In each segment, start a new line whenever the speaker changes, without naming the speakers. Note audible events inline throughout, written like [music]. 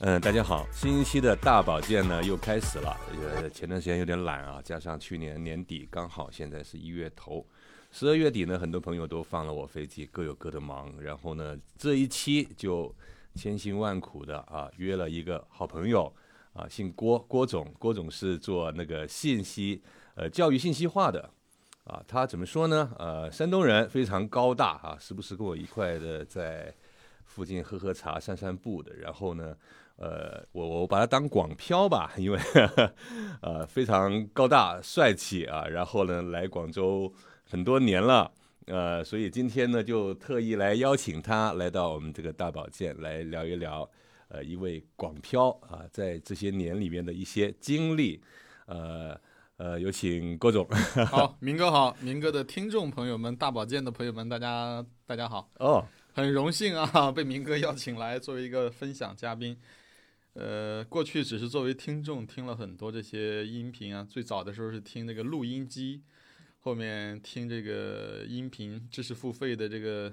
嗯，大家好，新一期的大保健呢又开始了。呃，前段时间有点懒啊，加上去年年底刚好现在是一月头，十二月底呢，很多朋友都放了我飞机，各有各的忙。然后呢，这一期就千辛万苦的啊约了一个好朋友啊，姓郭，郭总，郭总是做那个信息呃教育信息化的。啊，他怎么说呢？呃，山东人非常高大啊，时不时跟我一块的在附近喝喝茶、散散步的。然后呢，呃，我我把他当广漂吧，因为呃非常高大帅气啊。然后呢，来广州很多年了，呃，所以今天呢就特意来邀请他来到我们这个大保健来聊一聊，呃，一位广漂啊，在这些年里面的一些经历，呃。呃，有请郭总。
好，明哥好，明哥的听众朋友们，大保健的朋友们，大家大家好，
哦，
很荣幸啊， [laughs] 被明哥邀请来作为一个分享嘉宾。呃，过去只是作为听众听了很多这些音频啊，最早的时候是听那个录音机，后面听这个音频知识付费的这个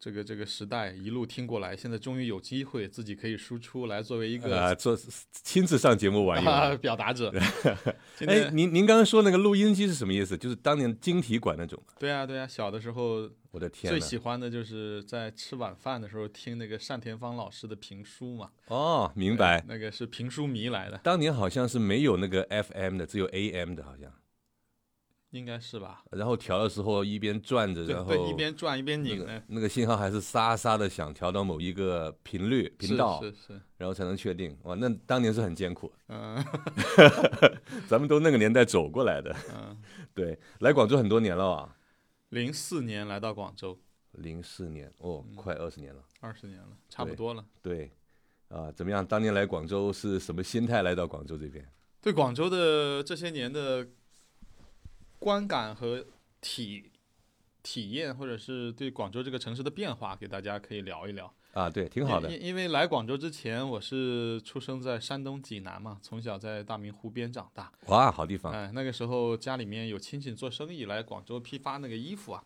这个这个时代一路听过来，现在终于有机会自己可以输出来作为一个
[laughs] 呃，做亲自上节目
[laughs]
玩一玩。
啊表达者。今天
哎，您您刚刚说那个录音机是什么意思？就是当年晶体管那种吗？
对啊对啊，小的时候
我的天
最
呐！
喜欢的就是在吃晚饭的时候听那个单田芳老师的评书嘛，
哦，明白。
那个是评书迷来的，
当年好像是没有那个 FM 的，只有 AM 的，好像。
应该是吧？
然后调的时候一边转着，
对
然后
对，一边转一边
那
拧
个
呢，
那个信号还是沙沙的响，调到某一个频率频道，
是是是，
然后才能确定。哇，那当年是很艰
[laughs]
苦，
嗯
咱们都那个年代走过来的。
嗯，
对，来广州很多年了啊，
零四年来到广州，
零四年哦，快二十年了。
二十年了，差
对
不多了。
对，啊，怎么样？当年来广州是什么心态来到广州这边？
对广州的这些年的观感和体体验，或者是对广州这个城市的变化，给大家可以聊一聊。
啊，对，挺好
因
的。
因因为来广州之前，我是出生在山东济南嘛，从小在大明湖边长大。
哇，好地方。
哎，那个时候家里面有亲戚做生意来广州批发那个衣服啊，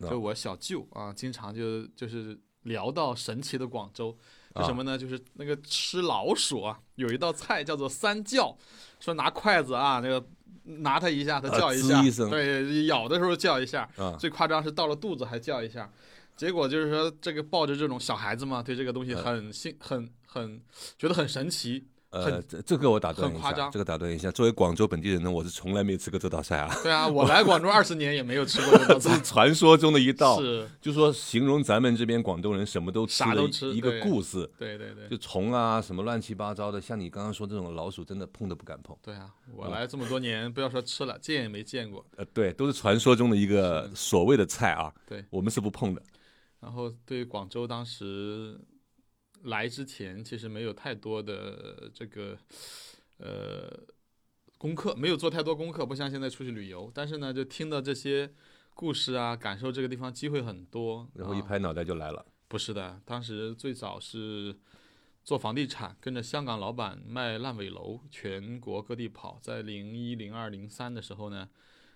啊
就我小舅啊，经常就就是聊到神奇的广州，
啊
是什么呢？就是那个吃老鼠啊，有一道菜叫做三叫，说拿筷子啊，那个拿它一下，它
啊
叫一
滋
下，
一声
对，咬的时候叫一下，
啊
最夸张是到了肚子还叫一下，结果就是说这个抱着这种小孩子嘛，对这个东西
呃
很兴、很很觉得很神奇。
呃，
很
这这个我打断
很
一
夸
下，
张
这个打断一下。作为广州本地人呢，我是从来没吃过这道菜啊，
对啊，我来广州二十年也没有吃过这道
这
菜
是， [laughs] 传说中的一道，
是，
就说形容咱们这边广东人什么都吃
啥
的
都
一
吃
一个
对
故事，
对对对
就虫啊什么乱七八糟的，像你刚刚说这种老鼠，真的碰都不敢碰。
对啊，
嗯
我来这么多年，不要说吃了，见也没见过。
呃，对，都是传说中的一个所谓的菜啊，
对，
我们是不碰的。
然后对广州当时来之前，其实没有太多的这个呃功课，没有做太多功课，不像现在出去旅游。但是呢，就听到这些故事啊，感受这个地方机会很多。
然后一
啊
拍脑袋就来了，
不是的，当时最早是做房地产，跟着香港老板卖烂尾楼，全国各地跑。在零一、零二、零三的时候呢，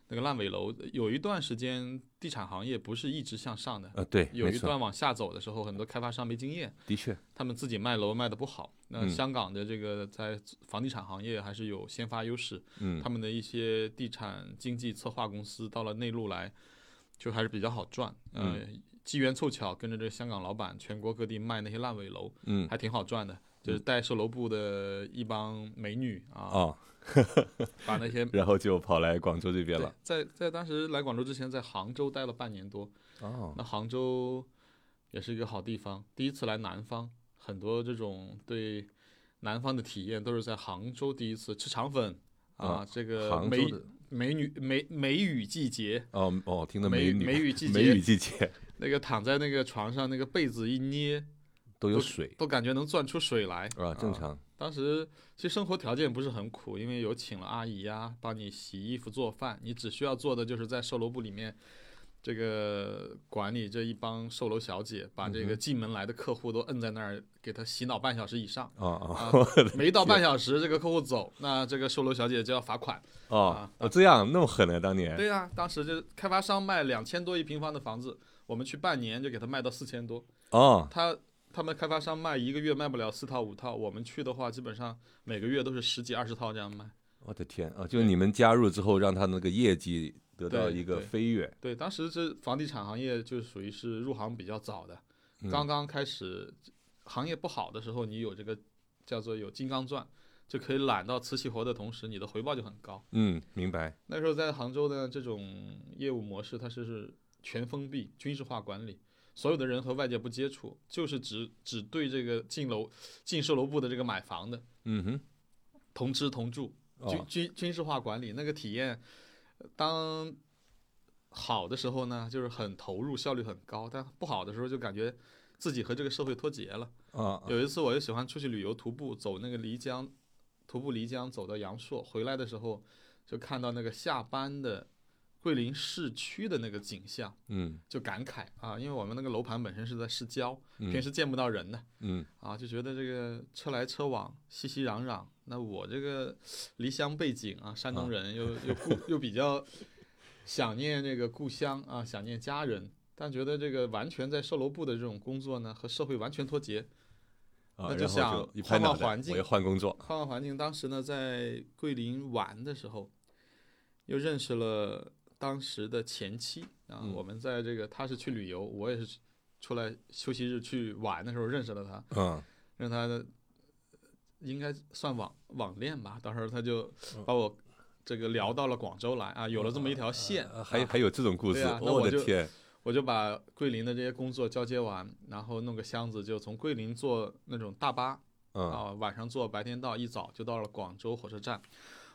那个烂尾楼有一段时间，地产行业不是一直向上的，
呃，对，
有
没
一
错，
段往下走的时候，很多开发商没经验，
的确，
他们自己卖楼卖的不好。那
嗯
香港的这个在房地产行业还是有先发优势，
嗯
他们的一些地产经济策划公司到了内陆来，就还是比较好赚。呃，
嗯
机缘凑巧跟着这香港老板全国各地卖那些烂尾楼，
嗯，
还挺好赚的。就是带售楼部的一帮美女啊，
哦，
把
[laughs]
那些
然后就跑来广州这边
对
了。
在在当时来广州之前，在杭州待了半年多，
哦，
那杭州也是一个好地方，第一次来南方，很多这种对南方的体验都是在杭州第一次吃肠粉啊，这个
杭
梅
州的
梅女梅梅雨季节，
哦哦，听着
梅
女
梅雨季
梅雨季
节，
节
那个躺在那个床上，那个被子一捏，
都有水
都感觉能攥出水来
啊，正。常。
当时其实生活条件不是很苦，因为有请了阿姨啊，帮你洗衣服、做饭，你只需要做的就是在售楼部里面，这个管理这一帮售楼小姐，把
嗯
这个进门来的客户都摁在那儿，给他洗脑半小时以
[laughs]
上。
啊啊
啊，没到半小时，这个客户走，那这个售楼小姐就要罚款。
哦哦，这样那么狠啊！当年
啊对呀、当时就开发商卖两千多一平方的房子，我们去半年就给他卖到四千多，
哦，
他他们开发商卖一个月卖不了四套五套，我们去的话基本上每个月都是十几二十套这样卖。
我的天啊！就是你们加入之后，让他那个业绩得到
对
一个
对
飞跃，
对，当时这房地产行业就是属于是入行比较早的，
嗯
刚刚开始行业不好的时候，你有这个叫做有金刚钻，就可以揽到瓷器活的同时，你的回报就很高。
嗯，明白，
那时候在杭州的这种业务模式，它是是全封闭、军事化管理，所有的人和外界不接触，就是只只对这个进楼进售楼部的这个买房的
嗯哼，
同吃同住，军
哦，
军军事化管理那个体验，呃当好的时候呢，就是很投入，效率很高；但不好的时候，就感觉自己和这个社会脱节了。
啊，
有一次，我就喜欢出去旅游徒步，走那个漓江，徒步漓江走到阳朔，回来的时候就看到那个下班的桂林市区的那个景象，
嗯
就感慨啊，因为我们那个楼盘本身是在市郊，平
嗯
时见不到人的。
嗯，
啊，就觉得这个车来车往，熙熙攘攘。那我这个离乡背景啊，山
啊
东人又又故又比较想念这个故乡啊，想念家人，但觉得这个完全在售楼部的这种工作呢，和社会完全脱节。
啊，
那
然
就
后
想
一拍
换换
脑袋
环境
我要换工作，
换换环境，当时呢在桂林玩的时候，又认识了当时的前妻啊。
嗯
我们在这个他是去旅游，我也是出来休息日去玩的时候认识了他。
嗯，
让他的呃应该算网网恋吧，到时候他就
嗯
把我这个聊到了广州来啊，有了这么一条线，
呃还
啊
还有这种故
对
事，
啊那
我
我
的
就
天，
我就把桂林的这些工作交接完，然后弄个箱子就从桂林坐那种大巴
嗯，
啊，晚上坐白天到，一早就到了广州火车站，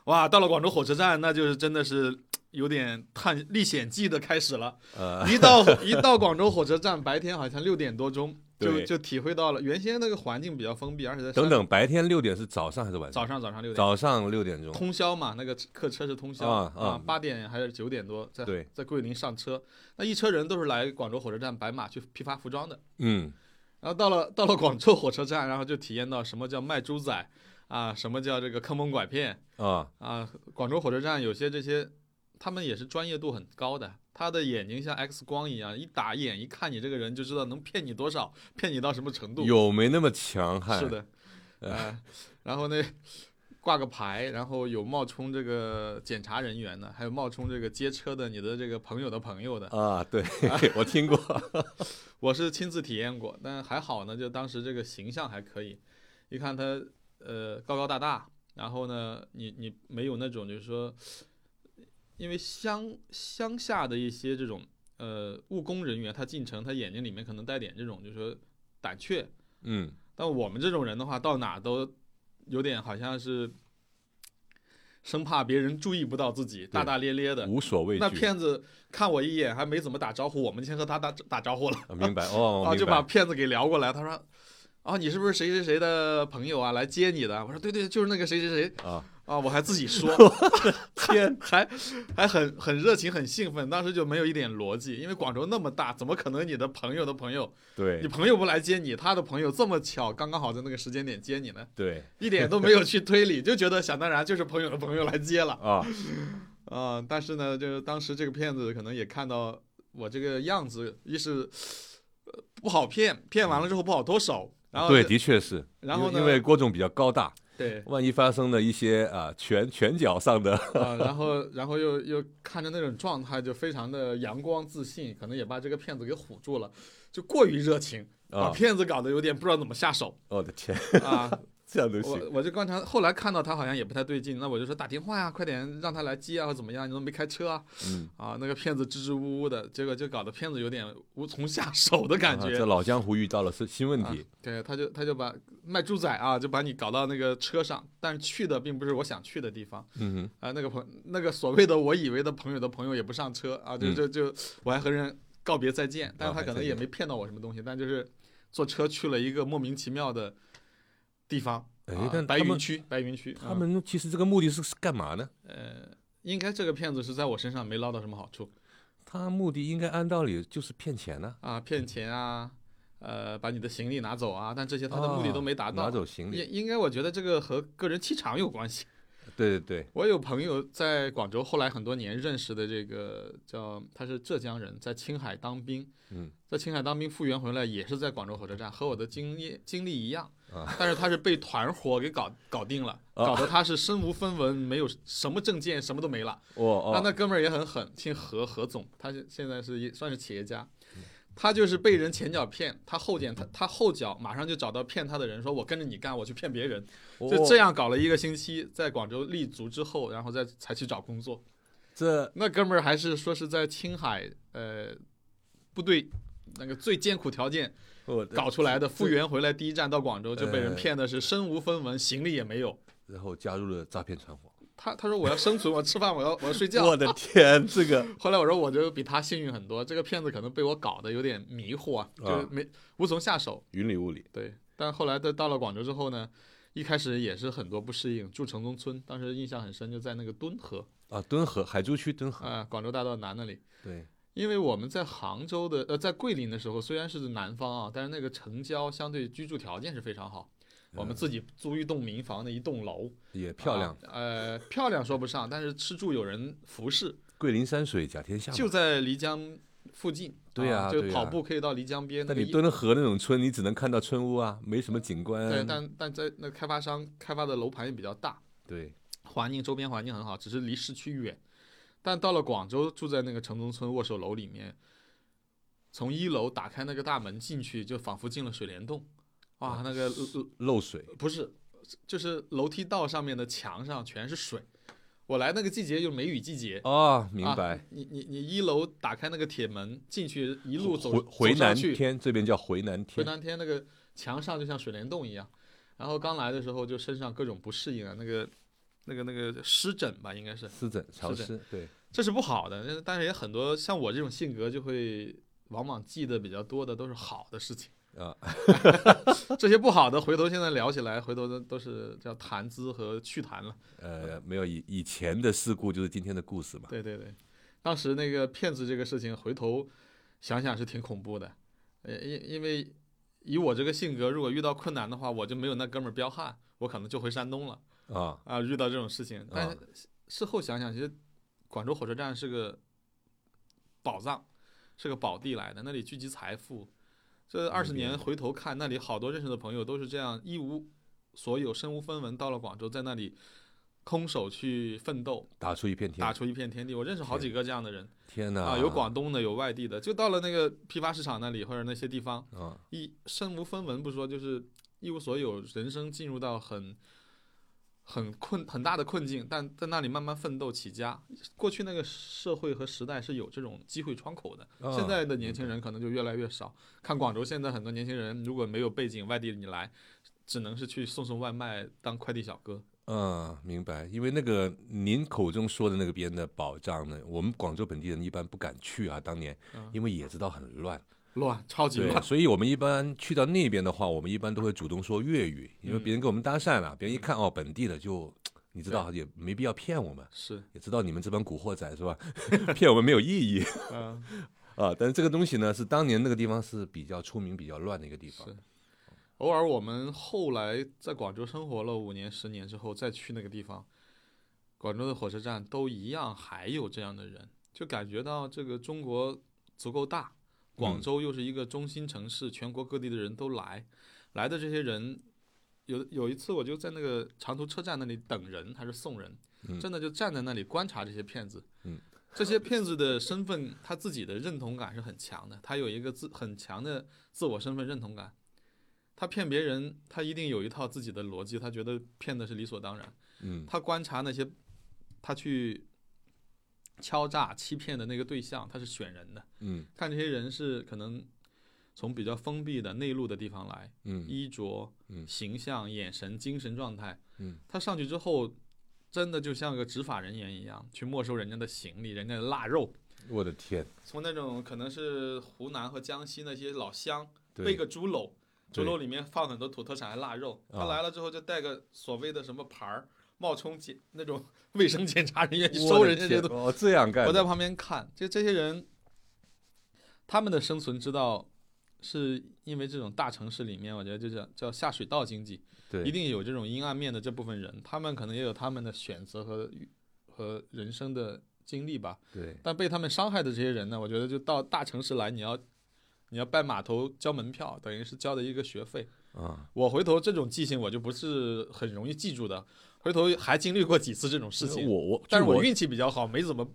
哇，到了广州火车站那就是真的是。有点探历险记的开始了，
呃，
一到一到广州火车站，白天好像六点多钟就
对
就体会到了原先那个环境比较封闭，而且在
等
山
等，白天六点是早上还是晚上？
早上早上六点
早上六点钟，
通宵嘛，那个客车是通宵
啊啊
八点还是九点多在
对，
在桂林上车，那一车人都是来广州火车站白马去批发服装的，
嗯，
然后到了到了广州火车站，然后就体验到什么叫卖猪仔啊，什么叫这个坑蒙拐骗
啊，
啊，广州火车站有些这些，他们也是专业度很高的。他的眼睛像 X 光一样，一打眼一看你这个人就知道能骗你多少，骗你到什么程度。
有没那么强悍？
是，的，呃，然后呢，挂个牌，然后有冒充这个检查人员的，还有冒充这个接车的你的这个朋友的朋友的，
啊，
[laughs]
对，我听过，
我是亲自体验过，但还好呢，就当时这个形象还可以，一看他呃高高大大，然后呢，你你没有那种就是说，因为乡乡下的一些这种呃务工人员，他进城他眼睛里面可能带点这种就是说胆怯，
嗯，
但我们这种人的话，到哪都有点好像是生怕别人注意不到自己，大大咧咧的。
无所畏
那
惧，
骗子看我一眼，还没怎么打招呼，我们先和他打打招呼了，
啊明白哦，
[laughs] 啊，
明
就把
白，
骗子给聊过来。他说：“啊，你是不是谁谁谁的朋友啊？来接你的？”我说：“对对，就是那个谁谁谁
啊，
啊。”我还自己说，
[laughs] 天，
[laughs] 还还很很热情，很兴奋。当时就没有一点逻辑，因为广州那么大，怎么可能你的朋友的朋友，你
对
朋友不来接你，他的朋友这么巧，刚刚好在那个时间点接你呢？
对
一点都没有去推理，就觉得想当然就是朋友的朋友来接了
啊，
啊、但是呢，就是当时这个骗子可能也看到我这个样子，一是呃不好骗，骗完了之后不好脱手，然后
对，
就
的确是，
然
因
后
为
呢
因为郭总比较高大，
对
万一发生了一些啊拳拳脚上
[laughs]
的，
啊、然后然后又又看着那种状态就非常的阳光自信，可能也把这个骗子给唬住了，就过于热情，把
啊，
骗子搞得有点不知道怎么下手
我的天，
啊。
[laughs] 这样都行，
[laughs] 我我就观察，后来看到他好像也不太对劲，那我就说打电话呀，快点让他来接啊，或怎么样？你怎么没开车啊？
嗯，
啊，那个骗子支支吾吾的，结果就搞得骗子有点无从下手的感
啊
觉。啊
这老江湖遇到了是新问题，
对，他就他就把卖猪仔啊，就把你搞到那个车上，但是去的并不是我想去的地方
嗯哼。
啊。那个朋那个所谓的我以为的朋友的朋友也不上车啊，就
嗯啊
就就我还和人告别再见，但是他
还
可
再
能也
见
没骗到我什么东西，但就是坐车去了一个莫名其妙的地方，
哎
啊，
但
白
他们
云区，白云区，
他
嗯
们其实这个目的是是干嘛呢？
呃，应该这个骗子是在我身上没捞到什么好处
他目的应该按道理就是骗钱呢、
啊，骗钱啊，呃，把你的行李拿走啊，但这些他的目的
啊
都没达到。
拿走行李。
应应该我觉得这个和个人气场有关系
对对对，
我有朋友在广州，后来很多年认识的这个叫他是浙江人，在青海当兵，
嗯，
在青海当兵复员回来也是在广州火车站，和我的经验经历一样
啊，
但是他是被团伙给搞搞定了，
啊
搞得他是身无分文，没有什么证件，什么都没了。
哦
那
哦，
那哥们儿也很狠，姓何，何总，他是现在是也算是企业家，他就是被人前脚骗，他后脚他他后脚马上就找到骗他的人，说我跟着你干，我去骗别人，就这
样，
样搞了一个星期，在广州立足之后，然后再才去找工作。
这
那哥们儿还是说是在青海呃部队那个最艰苦条件
我
搞出来的，复员回来第一站到广州就被人
呃
骗的是身无分文，行李也没有。
然后加入了诈骗团
[laughs]
伙。
他他说我要生存，我吃饭，我要我要睡觉。
我的
[laughs]
天，这个
后来我说我就比他幸运很多，这个骗子可能被我搞得有点迷惑啊，就是
啊
没无从下手。
云里雾里。
对，但后来他到了广州之后呢，一开始也是很多不适应，住城中村，当时印象很深，就在那个敦河
啊，敦和海珠区敦和，
啊、广州大道南那里。
对，
因为我们在杭州的呃，在桂林的时候，虽然是南方啊，但是那个城郊相对居住条件是非常好。我们自己租一栋民房的一栋楼，
也嗯漂亮。
啊呃，漂亮说不上，但是吃住有人服侍，
桂林山水甲天下嘛，
就在漓江附近，
对呀
啊就
对呀
跑步可以到漓江边。
但
那
你
个一
敦和那种村，你只能看到村屋啊，没什么景
对，
观。
但但在那开发商开发的楼盘也比较大，
对，
环境周边环境很好，只是离市区远。但到了广州，住在那个城中村握手楼里面，从一楼打开那个大门进去，就仿佛进了水帘洞。哇，那个呃
漏水，
呃不是，就是楼梯道上面的墙上全是水。我来那个季节又梅雨季节，
哦，明白
啊。、你你你一楼打开那个铁门进去，一路走
回回
走上
南
去，
天这边叫回南
回
天，
南天那个墙上就像水帘洞一样。然后刚来的时候就身上各种不适应啊，那个那个那个湿疹吧，应该是，
湿疹潮
湿
湿，对，
这是不好的。但是但是也很多像我这种性格就会。往往记得比较多的都是好的事情
啊，
[laughs] 这些不好的回头现在聊起来，回头都都是叫谈资和趣谈了。
呃，没有以以前的事故就是今天的故事嘛。
对对对，当时那个骗子这个事情，回头想想是挺恐怖的，呃，因因为以我这个性格，如果遇到困难的话，我就没有那哥们儿彪悍，我可能就回山东了
啊，
啊。遇到这种事情，但
啊
是事后想想，其实广州火车站是个宝藏，是个宝地来的，那里聚集财富。这二十
嗯对
年回头看，那里好多认识的朋友都是这样一无所有、身无分文，到了广州，在那里空手去奋斗，
打出一片
打
天，
出一片天地。我认识好几个这样的人
天哪
啊，有广东的，有外地的，就到了那个批发市场那里或者那些地方，
啊，
一身无分文不说，就是一无所有，人生进入到很很困很大的困境，但在那里慢慢奋斗起家。过去那个社会和时代是有这种机会窗口的，
啊
现在的年轻人可能就越来越少。看广州现在很多年轻人，如果没有背景，外地你来，只能是去送送外卖，当快递小哥。
嗯，明白。因为那个您口中说的那个边的宝藏呢，我们广州本地人一般不敢去啊。当年
嗯，
因为也知道很乱，
乱，超级
对，
乱。
所以我们一般去到那边的话，我们一般都会主动说粤语，因为
嗯
别人跟我们搭讪了、别人一看哦，本地的就你知道也没必要骗我们，
是，
也知道你们这帮古惑仔是吧， [laughs] 骗我们没有意义
嗯、
啊。但是这个东西呢，是当年那个地方是比较出名、比较乱的一个地方
是。偶尔我们后来在广州生活了五年、十年之后，再去那个地方，广州的火车站都一样，还有这样的人，就感觉到这个中国足够大，
嗯
广州又是一个中心城市，全国各地的人都来，来的这些人。有有一次，我就在那个长途车站那里等人，还是送人，
嗯
真的就站在那里观察这些骗子。
嗯，
这些骗子的身份，他自己的认同感是很强的，他有一个自很强的自我身份认同感。他骗别人，他一定有一套自己的逻辑，他觉得骗的是理所当然。
嗯，
他观察那些他去敲诈、欺骗的那个对象，他是选人的，
嗯
看这些人是可能从比较封闭的内陆的地方来，
嗯
衣着、
嗯
形象、眼神、精神状态，
嗯，
他上去之后，真的就像个执法人员一样，去没收人家的行李、人家的腊肉，
我的天，
从那种可能是湖南和江西那些老乡。背
对
个猪篓，猪
对
篓里面放很多土特产还腊肉。他
啊
来了之后就带个所谓的什么牌儿，冒充检那种 [laughs] 卫生检查人员去收
我的
人家这
天
些东西。
哦，这样干的，
我在旁边看，这这些人，他们的生存之道是因为这种大城市里面，我觉得就叫叫下水道经济，
对，
一定有这种阴暗面的这部分人，他们可能也有他们的选择和和人生的经历吧。
对
但被他们伤害的这些人呢，我觉得就到大城市来，你要你要拜码头交门票，等于是交的一个学费。
啊，
我回头这种记性我就不是很容易记住的，回头还经历过几次这种事情，
我我，
但是
据我
我运气比较好，没怎么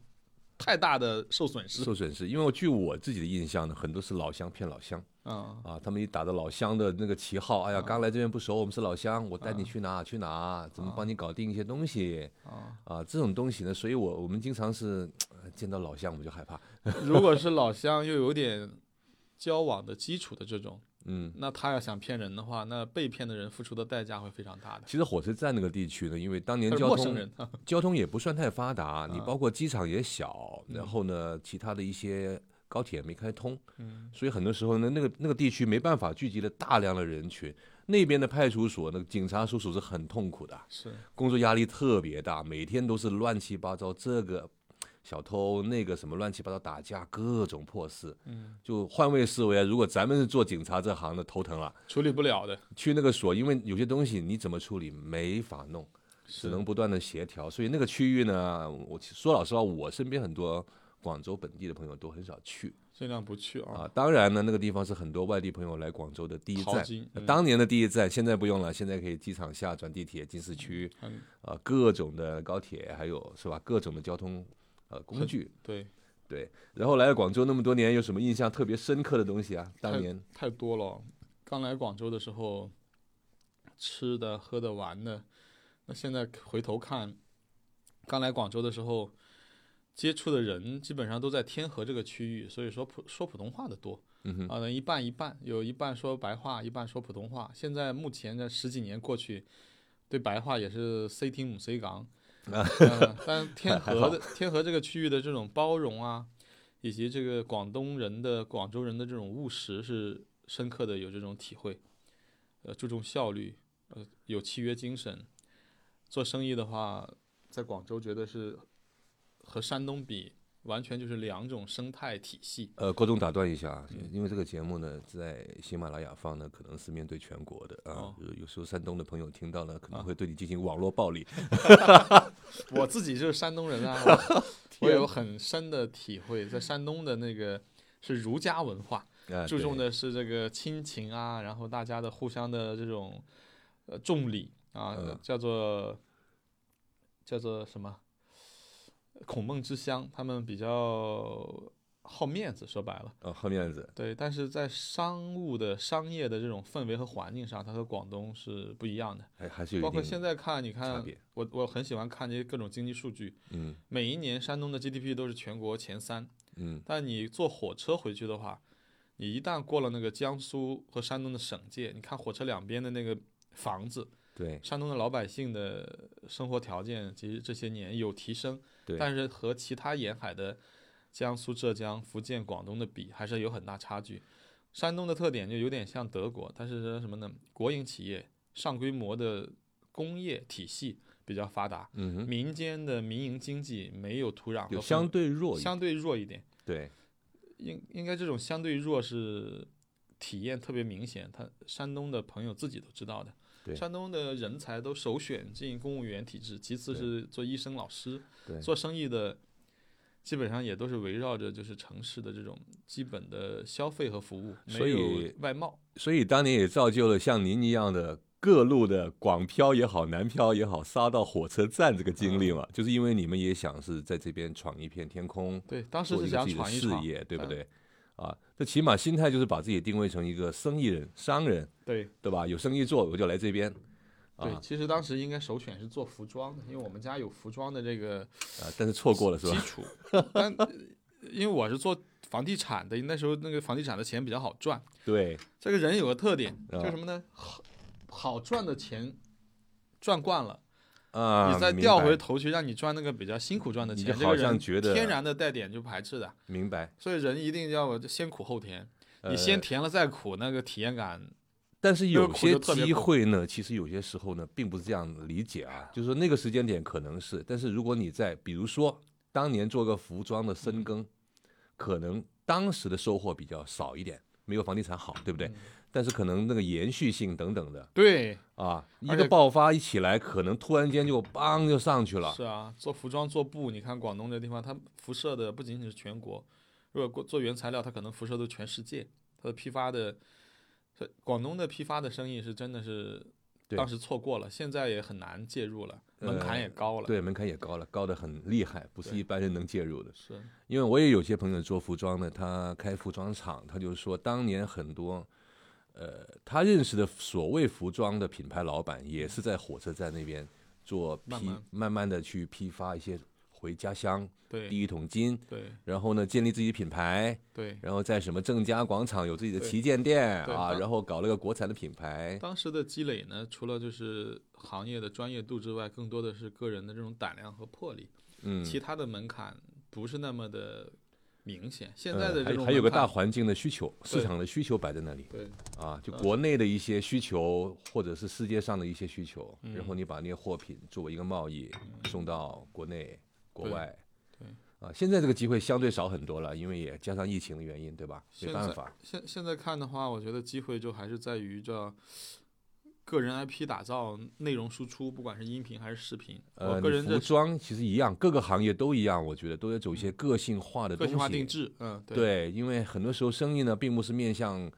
太大的受损
[laughs]
失。
受损失，因为我据我自己的印象呢，很多是老乡骗老乡
嗯，
啊，他们一打着老乡的那个旗号，
啊
哎呀，刚来这边不熟，我们是老乡，我带你去哪去哪，怎么帮你搞定一些东西
啊，
啊，这种东西呢，所以我我们经常是呃见到老乡我们就害怕，
嗯如果是老乡又有点交往的基础的这种，
嗯。
那他要想骗人的话，那被骗的人付出的代价会非常大的。
其实火车站那个地区呢，因为当年
他是
交
陌生
通
人，嗯
交通也不算太发达，你
啊
包括机场也小，然后呢，其他的一些高铁没开通，
嗯，
所以很多时候呢，那个那个地区没办法聚集了大量的人群。那边的派出所，那个警察叔叔是很痛苦的，
是
工作压力特别大，每天都是乱七八糟，这个小偷那个什么乱七八糟打架，各种破事。
嗯，
就换位思维啊，如果咱们是做警察这行的，头疼了。
处理不了的，
去那个所，因为有些东西你怎么处理没法弄，只
是
能不断的协调。所以那个区域呢，我其说老实话，我身边很多广州本地的朋友都很少去
尽量不去啊。
啊。当然呢，那个地方是很多外地朋友来广州的第一
淘
站
金，
呃
嗯
当年的第一站，现在不用了，现在可以机场下转地铁进市区，
嗯，
啊，各种的高铁，还有是吧，各种的交通呃工具。
对，
对，然后来了广州那么多年，有什么印象特别深刻的东西啊？当年
太多了。刚来广州的时候，吃的、喝的、玩的，那现在回头看，刚来广州的时候，接触的人基本上都在天河这个区域，所以说普说普通话的多，
嗯哼
啊，那一半一半，有一半说白话，一半说普通话。现在目前这十几年过去，对白话也是 C 听母
[laughs]
C 港，呃但天
还
河的天河这个区域的这种包容啊，以及这个广东人的广州人的这种务实是深刻的有这种体会，呃，注重效率，呃，有契约精神。做生意的话，在广州觉得是和山东比，完全就是两种生态体系。
呃，郭总打断一下啊，
嗯
因为这个节目呢，在喜马拉雅放呢，可能是面对全国的啊
哦，啊
有有时候山东的朋友听到了，可能会对你进行网络暴力。
我自己就是山东
[laughs]
人啊，我我有很深的体会，在山东的那个是儒家文化，
啊
注重
对
的是这个亲情啊，然后大家的互相的这种呃重礼啊，
嗯
叫做叫做什么？孔孟之乡，他们比较好面子，说白了，
呃好面子，
对。但是在商务的商业的这种氛围和环境上，它和广东是不一样的。
还还是有
包
一
括
定
现在看，你
差
看
别。
我我很喜欢看这些各种经济数据，
嗯
每一年山东的 GDP 都是全国前三，
嗯，
但你坐火车回去的话，你一旦过了那个江苏和山东的省界，你看火车两边的那个房子，
对
山东的老百姓的生活条件其实这些年有提升，
对
但是和其他沿海的江苏、浙江、福建、广东的比，还是有很大差距。山东的特点就有点像德国，它是什么呢？国营企业、上规模的工业体系比较发达，
嗯哼，
民间的民营经济没有土壤和
就
氛
相
围
对弱一点。
相对弱一点。
对，
应应该这种相对弱是体验特别明显，他山东的朋友自己都知道的。
对
山东的人才都首选进公务员体制，其次
对
是做医生、老师
对，
做生意的基本上也都是围绕着就是城市的这种基本的消费和服务，
所
没
以
有外贸。
所以当年也造就了像您一样的。各路的广漂也好，南漂也好，杀到火车站这个经历嘛，
啊
就是因为你们也想是在这边闯一片天空，
对，当时
做
是
一个
想
自己的
闯一
事
闯，
业，对不
嗯
对？啊，这起码心态就是把自己定位成一个生意人、商人，
对
对吧？有生意做，我就来这边。啊
对，其实当时应该首选是做服装的，因为我们家有服装的这个
啊，但是错过了是
基
吧？
础。但呃因为我是做房地产的，那时候那个房地产的钱比较好赚。
对，
这个人有个特点，
啊
就是什么呢？好好赚的钱赚惯了，
啊，
你再
明
调
白
回头去，让你赚那个比较辛苦赚的
你
钱，
就
这个
好像
人
觉得
天然的带点就排斥的。
明白。
所以人一定要先苦后甜，
呃
你先甜了再苦，那个体验感
但是
那个
有
苦
些
就特别
机
苦
会呢，其实有些时候呢，并不是这样理解啊。就是说那个时间点可能是，但是如果你在，比如说当年做个服装的深耕，可能当时的收获比较少一点，没有房地产好，对不对
嗯？
但是可能那个延续性等等的
对，
啊，一
而
个
且
爆发一起来，可能突然间就邦就上去了。
是啊，做服装做布，你看广东这地方，它辐射的不仅仅是全国，如果过做原材料，它可能辐射都全世界，它的批发的，所以广东的批发的生意是真的是
对
当时错过了，现在也很难介入了，门槛
呃
也高了，
对，门槛也高了，高得很厉害，不是
对
一般人能介入的。
是，
因为我也有些朋友做服装的，他开服装厂，他就说当年很多，呃，他认识的所谓服装的品牌老板，也是在火车站那边做批，
慢
慢
慢
的去批发一些回家乡
对
第一桶金，
对
然后呢建立自己品牌，
对，
然后在什么正佳广场有自己的
对
旗舰店
对
啊，
当
然后搞了个国产的品牌，
当时的积累呢，除了就是行业的专业度之外，更多的是个人的这种胆量和魄力，
嗯，
其他的门槛不是那么的明显。现
呃
在的这
还
种
还有个
门槛
大环境的需求，市
对
场的需求摆在那里。
对
啊，就
嗯
国内的一些需求，或者是世界上的一些需求，然后
嗯
你把那些货品作为一个贸易送到国内、国
对
外。
对
啊，现在这个机会相对少很多了，因为也加上疫情的原因，对吧？没
现
办
在
法，
现现在看的话，我觉得机会就还是在于这个人 IP 打造、内容输出，不管是音频还是视频。
呃，
我个
你
人
服
的
装其实一样，各个行业都一样，我觉得都要走一些个性化的
嗯个
东西。
性化定制，嗯，对，
对，因为很多时候生意呢，并不是面向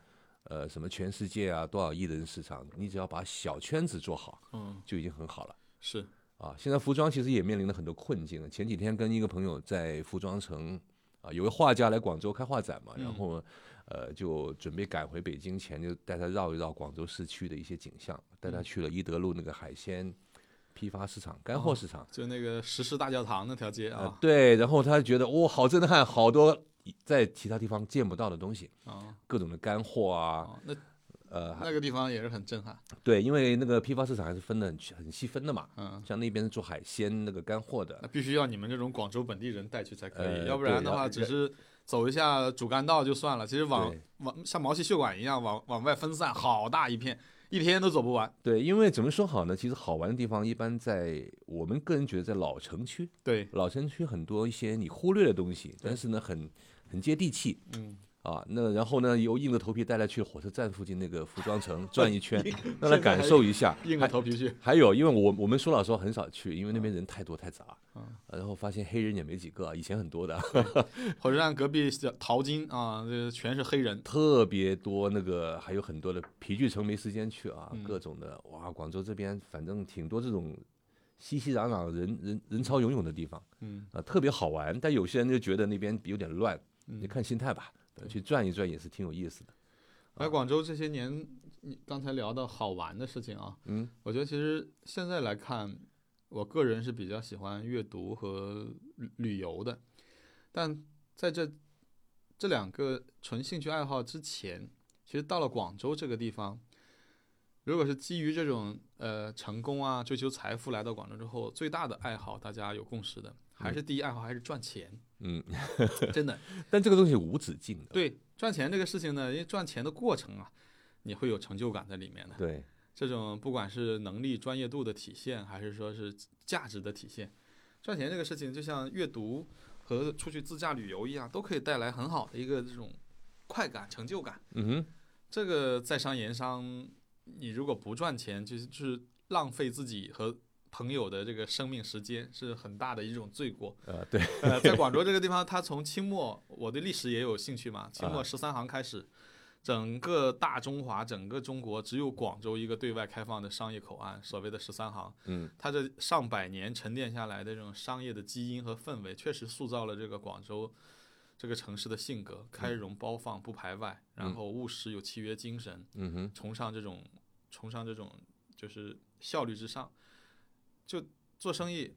呃什么全世界啊多少亿人市场，你只要把小圈子做好，
嗯，
就已经很好了。
是，
啊，现在服装其实也面临了很多困境。前几天跟一个朋友在服装城啊，有位画家来广州开画展嘛，然
嗯
后呃就准备赶回北京前，就带他绕一绕广州市区的一些景象，带他
嗯
去了伊德路那个海鲜批发市场、干货
哦
市场。
就那个石室大教堂那条街
呃
啊，，
对，然后他觉得哇、好震撼，好多在其他地方见不到的东西，
啊、
各种的干货啊，
哦，那
呃，还
那个地方也是很震撼，
对，因为那个批发市场还是分的很很细分的嘛，
嗯。
像那边是做海鲜那个干货的，
那必须要你们这种广州本地人带去才可以，
呃
要不
对
然的
要
话只是走一下主干道就算了。其实往
对
往像毛细血管一样往往外分散，好大一片，一天都走不完。
对，因为怎么说好呢？其实好玩的地方一般在我们个人觉得在老城区，
对，
老城区很多一些你忽略的东西，但
对
是呢很很接地气
嗯，
啊。那然后呢，又硬着头皮带他去火车站附近那个服装城转一
[laughs]
圈，让
现
他
在
感
还
受一下。
[laughs] 硬着头皮去。
还有，因为我我们说老实话很少去，因为那边人太多太杂，
嗯
然后发现黑人也没几个，以前很多的，
火车站隔壁小淘金啊，这全是黑人。
特别多那个还有很多的皮具城没时间去啊，
嗯
各种的哇，广州这边反正挺多这种熙熙攘攘人人人潮涌涌的地方。
嗯，
啊，特别好玩。但有些人就觉得那边有点乱，
嗯
你看心态吧，去转一转也是挺有意思的。
来广州这些年，你刚才聊到好玩的事情啊，
嗯，
我觉得其实现在来看，我个人是比较喜欢阅读和旅旅游的，但在这这两个纯兴趣爱好之前，其实到了广州这个地方，如果是基于这种呃成功啊、追求财富来到广州之后，最大的爱好大家有共识的，还是第一爱好还是赚钱，
嗯，
真的。
[laughs] 但这个东西无止境的。
对，赚钱这个事情呢，因为赚钱的过程啊，你会有成就感在里面的。
对，
这种不管是能力、专业度的体现，还是说是价值的体现，赚钱这个事情就像阅读和出去自驾旅游一样，都可以带来很好的一个这种快感、成就感。
嗯哼，
这个在商言商，你如果不赚钱，就是就是浪费自己和朋友的这个生命时间，是很大的一种罪过。
呃，对，
呃，在广州这个地方，它从清末，我对历史也有兴趣嘛。清
啊
末十三行开始，整个大中华，整个中国只有广州一个对外开放的商业口岸，所谓的十三行。
嗯，
它这上百年沉淀下来的这种商业的基因和氛围，确实塑造了这个广州这个城市的性格，开容包放，不排外，然后务实有契约精神，
嗯哼，
崇尚这种崇尚这种就是效率至上。就做生意，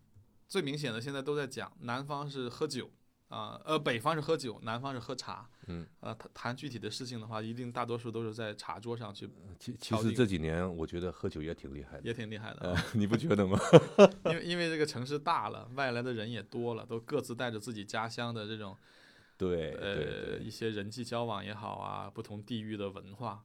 最明显的现在都在讲，南方是喝酒啊、呃，北方是喝酒，南方是喝茶。
嗯，
呃，谈谈具体的事情的话，一定大多数都是在茶桌上去，
其其
调
实
剂
这几年我觉得喝酒也挺厉害的，
也挺厉害的
呃
啊。，
你不觉得 [laughs] 吗？呃
因为因为这个城市大了，外来的人也多了，都各自带着自己家乡的这种
对，对，
呃
对，
一些人际交往也好啊，不同地域的文化。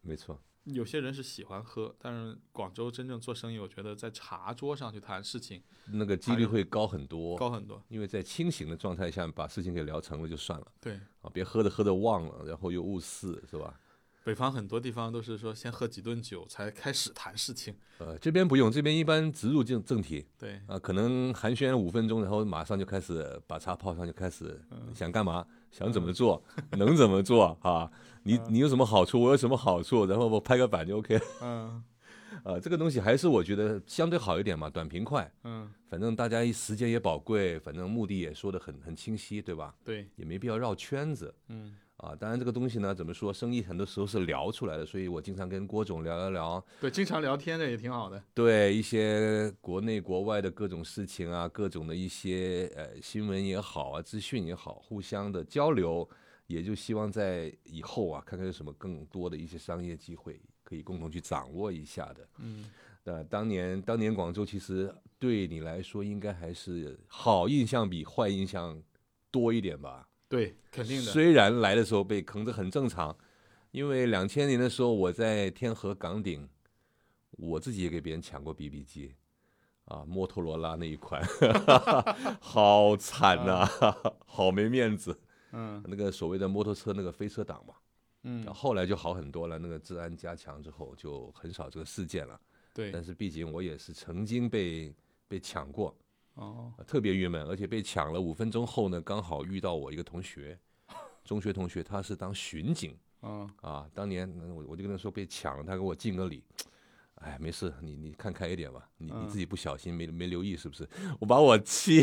没错。
有些人是喜欢喝，但是广州真正做生意，我觉得在茶桌上去谈事情
那个几率会高很多，
高很多。
因为在清醒的状态下把事情给聊成了就算了
对，
啊，别喝着喝着忘了，然后又误事，是吧？
北方很多地方都是说先喝几顿酒才开始谈事情。
呃，这边不用，这边一般直入正正题
对，
啊，可能寒暄五分钟，然后马上就开始把茶泡上，就开始想干嘛，想怎么做，能怎么做啊？你你有什么好处，我有什么好处，然后我拍个板就 OK 了。
嗯
啊，这个东西还是我觉得相对好一点嘛，短平快。
嗯，
反正大家一时间也宝贵，反正目的也说得很很清晰，对吧？
对，
也没必要绕圈子
嗯
啊。当然，这个东西呢，怎么说，生意很多时候是聊出来的，所以我经常跟郭总聊聊聊，
对，经常聊天的也挺好的。
对一些国内国外的各种事情啊，各种的一些呃新闻也好啊，资讯也好，互相的交流，也就希望在以后啊，看看有什么更多的一些商业机会可以共同去掌握一下的。
嗯，
那当年当年广州其实对你来说应该还是好印象比坏印象多一点吧？
对，肯定的。
虽然来的时候被坑，这很正常，因为两千年的时候我在天河港顶，我自己也给别人抢过 BB 机。啊，摩托罗拉那一款， [laughs] 好惨呐、
啊
[laughs] 好没面子。
嗯
那个所谓的摩托车那个飞车党嘛，
嗯，
后来就好很多了。那个治安加强之后，就很少这个事件了。但
对。
是毕竟我也是曾经被被抢过，
哦，
呃特别郁闷，而且被抢了五分钟后呢，刚好遇到我一个同学，中学同学，他是当巡警
嗯
啊，当年嗯我我就跟他说被抢了，他给我敬个礼。哎，没事，你你看开一点吧，你你自己不小心没没留意是不 [laughs] 是？我把我气，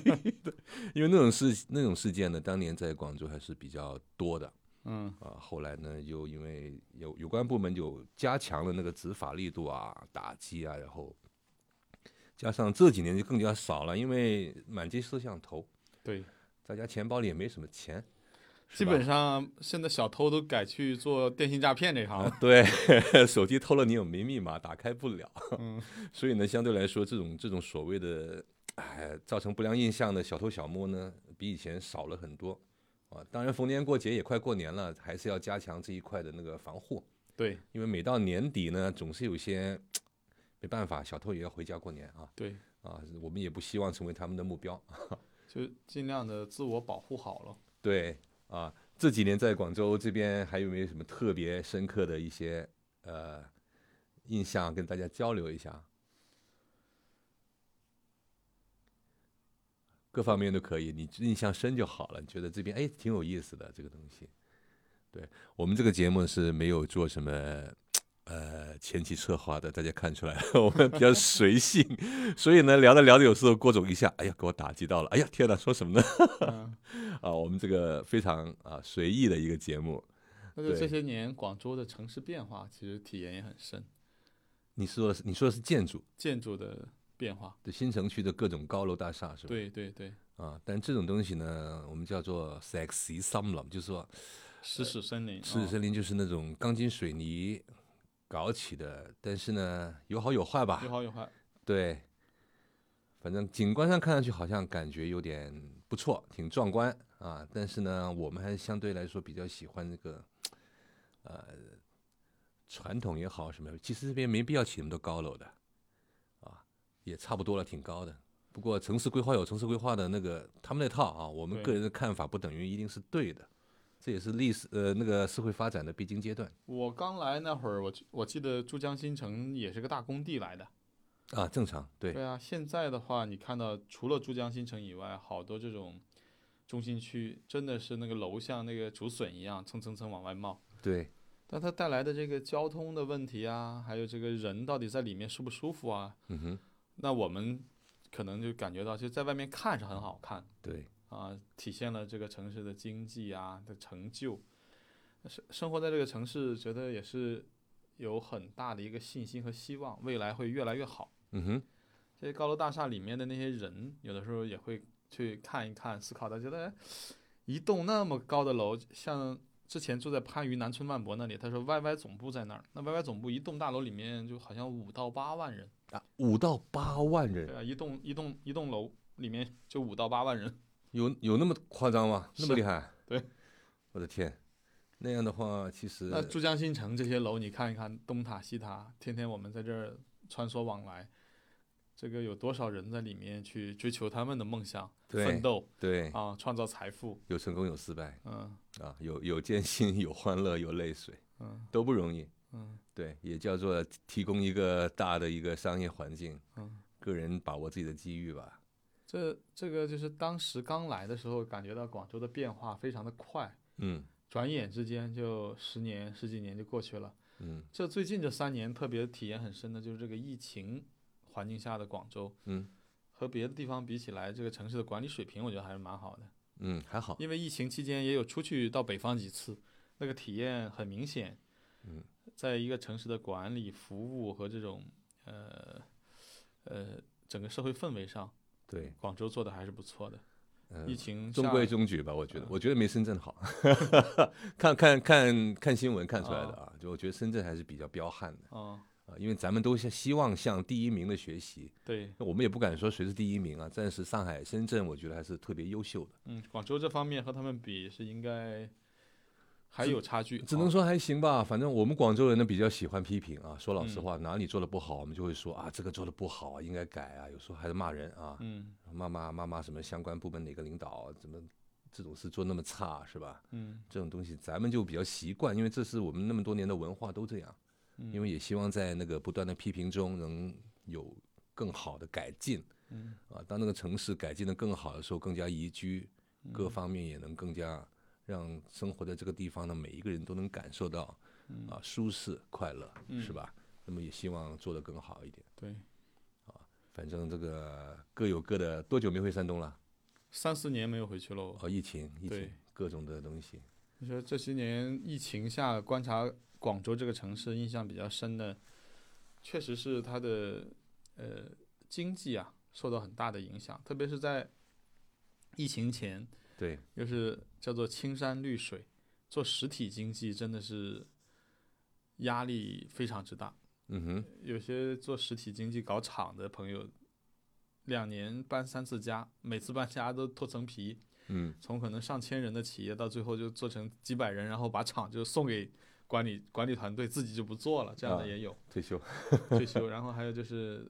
[laughs] 因为那种事那种事件呢，当年在广州还是比较多的，
嗯
啊，后来呢，又因为有有关部门就加强了那个执法力度啊、打击啊，然后加上这几年就更加少了，因为满街摄像头，
对，
大家钱包里也没什么钱，
基本上现在小偷都改去做电信诈骗这一行了。
[laughs] 对， [laughs] 手机偷了你有没密码，打开不了，
嗯
[laughs] 所以呢，相对来说，这种这种所谓的哎造成不良印象的小偷小摸呢，比以前少了很多啊。当然，逢年过节也快过年了，还是要加强这一块的那个防护。
对
因为每到年底呢，总是有一些没办法，小偷也要回家过年啊
对，
啊，我们也不希望成为他们的目标。
就尽量的自我保护好了。
对啊，这几年在广州这边还有没有什么特别深刻的一些呃印象跟大家交流一下？各方面都可以，你印象深就好了。你觉得这边哎挺有意思的这个东西，对我们这个节目是没有做什么呃前期策划的，大家看出来了， [laughs] 我们比较随性，所以呢聊着聊着，有时候郭总一下，哎呀给我打击到了，哎呀天哪，说什么呢？
嗯，
啊，我们这个非常啊随意的一个节目。
那就
对
这些年广州的城市变化，其实体验也很深，
你说的是你说的是建筑，
建筑的变化。
对新城区的各种高楼大厦是吧？
对对对，
啊，但这种东西呢，我们叫做 sexy slum，就是说
石屎森林，
赤子
林
森林就是那种钢筋水泥搞起的，但是呢有好有坏吧
嗯有，好有坏。
对。反正景观上看上去好像感觉有点不错，挺壮观啊，但是呢，我们还是相对来说比较喜欢这个，呃，传统也好什么，其实这边没必要起那么多高楼的，啊，也差不多了，挺高的。不过城市规划有城市规划的那个他们那套啊，我们
对
个人的看法不等于一定是对的，这也是历史呃那个社会发展的必经阶段
我刚来那会儿，我记我记得珠江新城也是个大工地来的。
啊，正常对
对啊，现在的话，你看到除了珠江新城以外，好多这种中心区真的是那个楼像那个竹笋一样蹭蹭蹭往外冒，
对
但它带来的这个交通的问题啊，还有这个人到底在里面舒不舒服啊，
嗯哼，
那我们可能就感觉到，就在外面看是很好看
对
啊，体现了这个城市的经济啊的成就，生生活在这个城市，觉得也是有很大的一个信心和希望，未来会越来越好。
嗯哼，
这些高楼大厦里面的那些人，有的时候也会去看一看、思考到，觉得哎一栋那么高的楼，像之前住在番禺南村万博那里，他说 YY 总部在那儿，那 YY 总部一栋大楼里面就好像五到八万人，
啊，五到八万人
对啊，一栋一栋一栋楼里面就五到八万人，
有有那么夸张吗？那么厉
是啊
害？
对，
我的天，那样的话，其实
那珠江新城这些楼，你看一看，东塔西塔，天天我们在这儿穿梭往来，这个有多少人在里面去追求他们的梦想、
对
奋斗
对
啊，创造财富？
有成功有失败
嗯
啊，有有艰辛，有欢乐，有泪水，
嗯
都不容易。
嗯
对，也叫做提供一个大的一个商业环境，
嗯，
个人把握自己的机遇吧。
这这个就是当时刚来的时候，感觉到广州的变化非常的快，
嗯
转眼之间就十年十几年就过去了。
嗯
这最近这三年特别体验很深的就是这个疫情环境下的广州，
嗯
和别的地方比起来，这个城市的管理水平我觉得还是蛮好的。
嗯，还好。
因为疫情期间也有出去到北方几次，那个体验很明显。
嗯，
在一个城市的管理、服务和这种呃呃整个社会氛围上，
对，
广州做的还是不错的。
嗯、
疫情
中
下
规中矩吧，我觉得
嗯，
我觉得没深圳好。 [laughs] 看看看看新闻看出来的
哦
啊，就我觉得深圳还是比较彪悍的
啊、
啊，因为咱们都是希望向第一名的学习，
对，
那我们也不敢说谁是第一名啊。暂时上海、深圳，我觉得还是特别优秀的，
嗯，广州这方面和他们比是应该还有差距，
只能
啊
说还行吧。反正我们广州人呢比较喜欢批评啊，说老实话，哪里做的不好，我们就会说啊，这个做的不好啊，应该改啊，有时候还是骂人啊，
嗯
骂骂骂骂什么相关部门哪个领导怎么这种事做那么差是吧？
嗯
这种东西咱们就比较习惯，因为这是我们那么多年的文化都这样。
嗯
因为也希望在那个不断的批评中能有更好的改进
嗯
啊。当那个城市改进的更好的时候，更加宜居，
嗯
各方面也能更加让生活在这个地方的每一个人都能感受到
嗯
啊舒适快乐，
嗯
是吧？那么也希望做得更好一点。
对，
反正这个各有各的，多久没回山东了？
三四年没有回去喽。
哦，疫情，疫
对
情，各种的东西。
你说这些年疫情下观察广州这个城市，印象比较深的，确实是它的呃经济啊受到很大的影响，特别是在疫情前，
对，
又是叫做青山绿水，做实体经济真的是压力非常之大。
嗯哼，
有些做实体经济搞厂的朋友，两年搬三次家，每次搬家都脱层皮，
嗯，
从可能上千人的企业到最后就做成几百人，然后把厂就送给管理管理团队，自己就不做了，这样的
啊
也有
退休。
退休。然后还有就是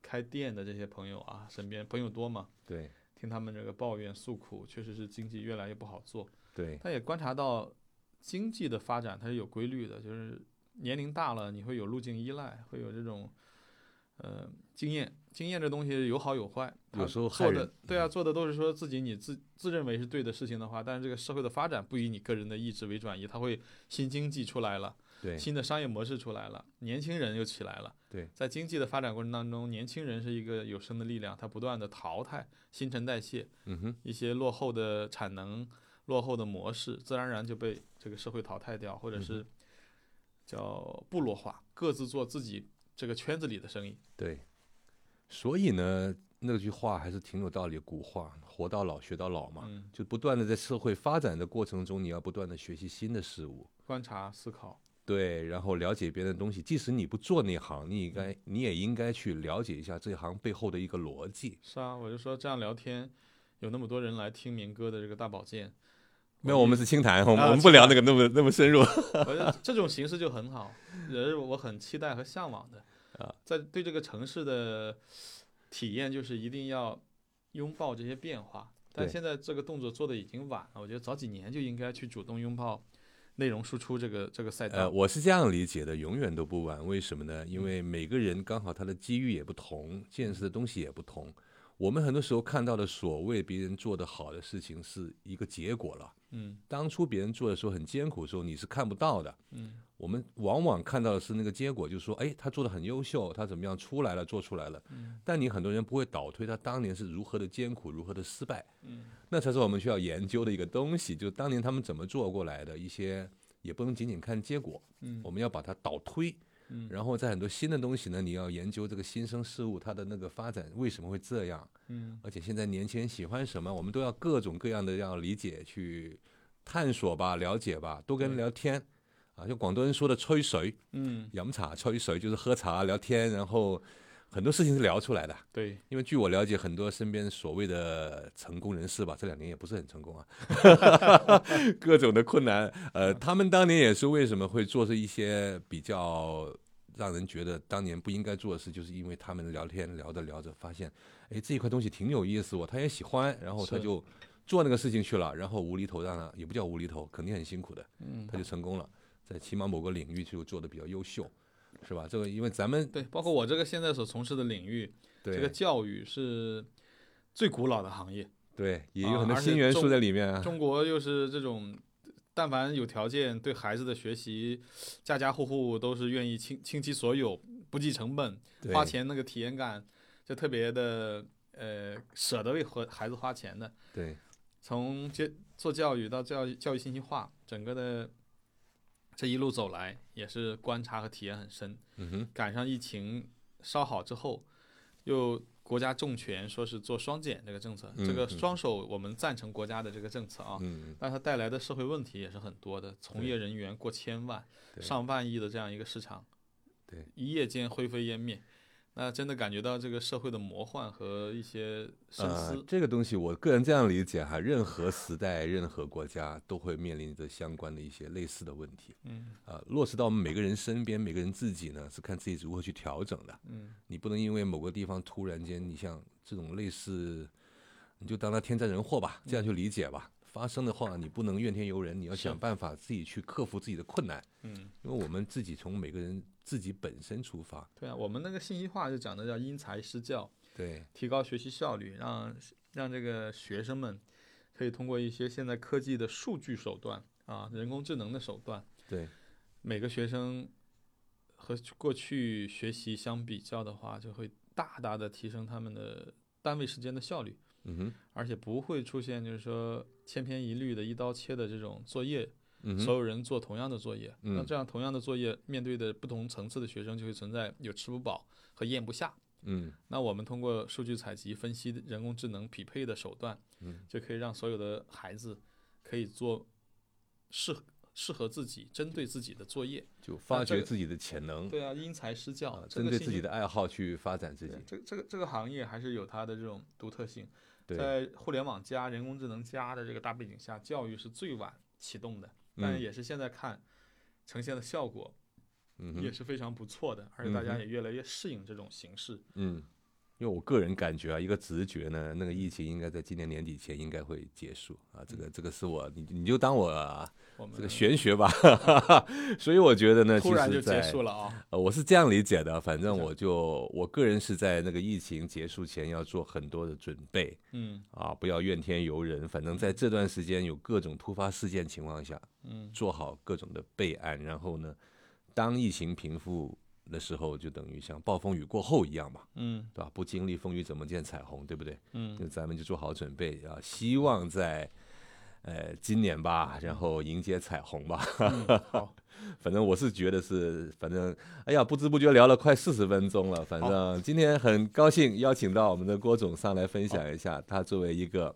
开店的这些朋友啊，身边朋友多嘛，
对
听他们这个抱怨诉苦，确实是经济越来越不好做。
对，
但也观察到经济的发展它是有规律的，就是年龄大了你会有路径依赖，会有这种呃经验。经验这东西有好有坏，它
有时候
做
害
的
人嗯
对啊，做的都是说自己你自自认为是对的事情的话，但是这个社会的发展不以你个人的意志为转移，它会新经济出来了，
对
新的商业模式出来了，年轻人又起来了。
对，
在经济的发展过程当中，年轻人是一个有生的力量，它不断的淘汰新陈代谢，
嗯哼，
一些落后的产能、落后的模式，自然而然就被这个社会淘汰掉，或者是叫部落化，各自做自己这个圈子里的生意。
对，所以呢，那句话还是挺有道理，古话“活到老，学到老”嘛，
嗯，
就不断的在社会发展的过程中，你要不断的学习新的事物，
观察、思考，
对，然后了解别人的东西。即使你不做那行，你应该你也应该去了解一下这行背后的一个逻辑。
是啊，我就说这样聊天，有那么多人来听民歌的这个大保健，
没有，我们是清谈，我们
啊
我们不聊那个那么那么深入。
我觉得这种形式就很好，也是我很期待和向往的。
啊，
在对这个城市的体验，就是一定要拥抱这些变化。但
对
现在这个动作做的已经晚了，我觉得早几年就应该去主动拥抱内容输出这个这个赛
呃，
道。
我是这样理解的，永远都不晚。为什么呢？
嗯
因为每个人刚好他的机遇也不同，见识的东西也不同。我们很多时候看到的所谓别人做得好的事情，是一个结果了。
嗯
当初别人做的时候很艰苦的时候，你是看不到的。
嗯
我们往往看到的是那个结果，就是说，哎，他做的很优秀，他怎么样出来了，做出来了。
嗯
但你很多人不会倒推他当年是如何的艰苦，如何的失败，
嗯
那才是我们需要研究的一个东西，就当年他们怎么做过来的一些，也不能仅仅看结果，
嗯
我们要把它倒推。
嗯
然后在很多新的东西呢，你要研究这个新生事物它的那个发展为什么会这样，
嗯
而且现在年轻人喜欢什么，我们都要各种各样的要理解、去探索吧、了解吧，多跟人
对
聊天啊。就广东人说的“吹水”，
嗯
饮茶吹水就是喝茶聊天，然后很多事情是聊出来的。
对，
因为据我了解，很多身边所谓的成功人士吧，这两年也不是很成
[laughs]
功啊， [laughs] 各种的困难。呃，他们当年也是为什么会做出一些比较让人觉得当年不应该做的事，就是因为他们聊天聊着聊着发现，哎，这一块东西挺有意思，我他也喜欢，然后他
是
就做那个事情去了，然后无厘头让他也不叫无厘头，肯定很辛苦的，
嗯，
他就成功了，在起码某个领域就做的比较优秀，是吧？这个因为咱们
对，包括我这个现在所从事的领域，这个
对
教育是最古老的行业。
对也
啊
有很多
而且
新元素
中
在里面啊。
中国又是这种，但凡有条件，对孩子的学习，家家户户都是愿意倾倾其所有，不计成本，
对
花钱那个体验感就特别的，呃，舍得为和孩子花钱的。
对。
从接做教育到教育教育信息化，整个的这一路走来，也是观察和体验很深。
嗯哼，
赶上疫情稍好之后，又国家重拳说是做双减这个政策，
嗯
这个
嗯
双手我们赞成国家的这个政策啊，
嗯，
但它带来的社会问题也是很多的，从业人员过千万、
对
上万亿的这样一个市场，
对，
一夜间灰飞烟灭，那真的感觉到这个社会的魔幻和一些深
呃
思，，
这个东西我个人这样理解哈，任何时代、任何国家都会面临着相关的一些类似的问题。
嗯
呃，落实到我们每个人身边，每个人自己呢，是看自己如何去调整的。
嗯，
你不能因为某个地方突然间，你像这种类似，你就当它天灾人祸吧，这样去理解吧。发生的话，你不能怨天尤人，你要
嗯是
想办法自己去克服自己的困难。
嗯，
因为我们自己从每个人自己本身出发，
对啊，我们那个信息化就讲的叫因材施教，
对
提高学习效率，让让这个学生们可以通过一些现在科技的数据手段啊，人工智能的手段，
对，
每个学生和过去学习相比较的话，就会大大的提升他们的单位时间的效率，
嗯哼，
而且不会出现就是说千篇一律的一刀切的这种作业，
嗯
所
哼，
有人做同样的作业。那
嗯
这样同样的作业，面对的不同层次的学生就会存在有吃不饱和咽不下。
嗯
那我们通过数据采集、分析、人工智能匹配的手段，
嗯，
就可以让所有的孩子可以做适合适合自己、针对自己的作业。
就发
啊这
掘
个
自己的潜能。
对啊，因材施教，
嗯
这
针
个
对
信
自己
息
的爱好去发展自己
对。这这个这个行业还是有它的这种独特性。
对，
在互联网加、人工智能加的这个大背景下，教育是最晚启动的，但
嗯
也是现在看呈现的效果
嗯
也
哼，
是非常不错的，而且大
嗯
家
哼
也越来越适应这种形式。
嗯，因为我个人感觉啊，一个直觉呢，那个疫情应该在今年年底前应该会结束啊。这
嗯
个这个是我，你你就当我、啊
我们
这个玄学吧。所以我觉得呢，
嗯突然就结
在
束了啊，
呃，我是这样理解的，反正
是
我就我个人是在那个疫情结束前要做很多的准备
嗯
啊，不要怨天尤人。反正在这段时间有各种突发事件情况下，
嗯。
做好各种的备案，然后呢，当疫情平复的时候，就等于像暴风雨过后一样嘛，
嗯
对吧？不经历风雨怎么见彩虹，对不对？
嗯，
就咱们就做好准备啊，希望在呃今年吧，然后迎接彩虹吧。
嗯好，
[laughs] 反正我是觉得是，反正哎呀，不知不觉聊了快四十分钟了。反正今天很高兴邀请到我们的郭总上来分享一下，他作为一个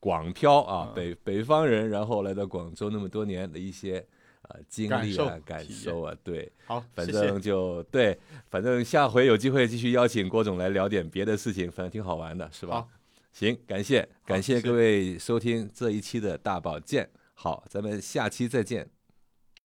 广漂啊
嗯，
北北方人，然后来到广州那么多年的一些呃经历啊、
感
感
受
受啊，对，
好，
反
谢
正
谢，
就对，反正下回有机会继续邀请郭总来聊点别的事情，反正挺好玩的，是吧
好？
行，感谢感
谢
谢
谢
各位收听这一期的大保健，好，咱们下期再见，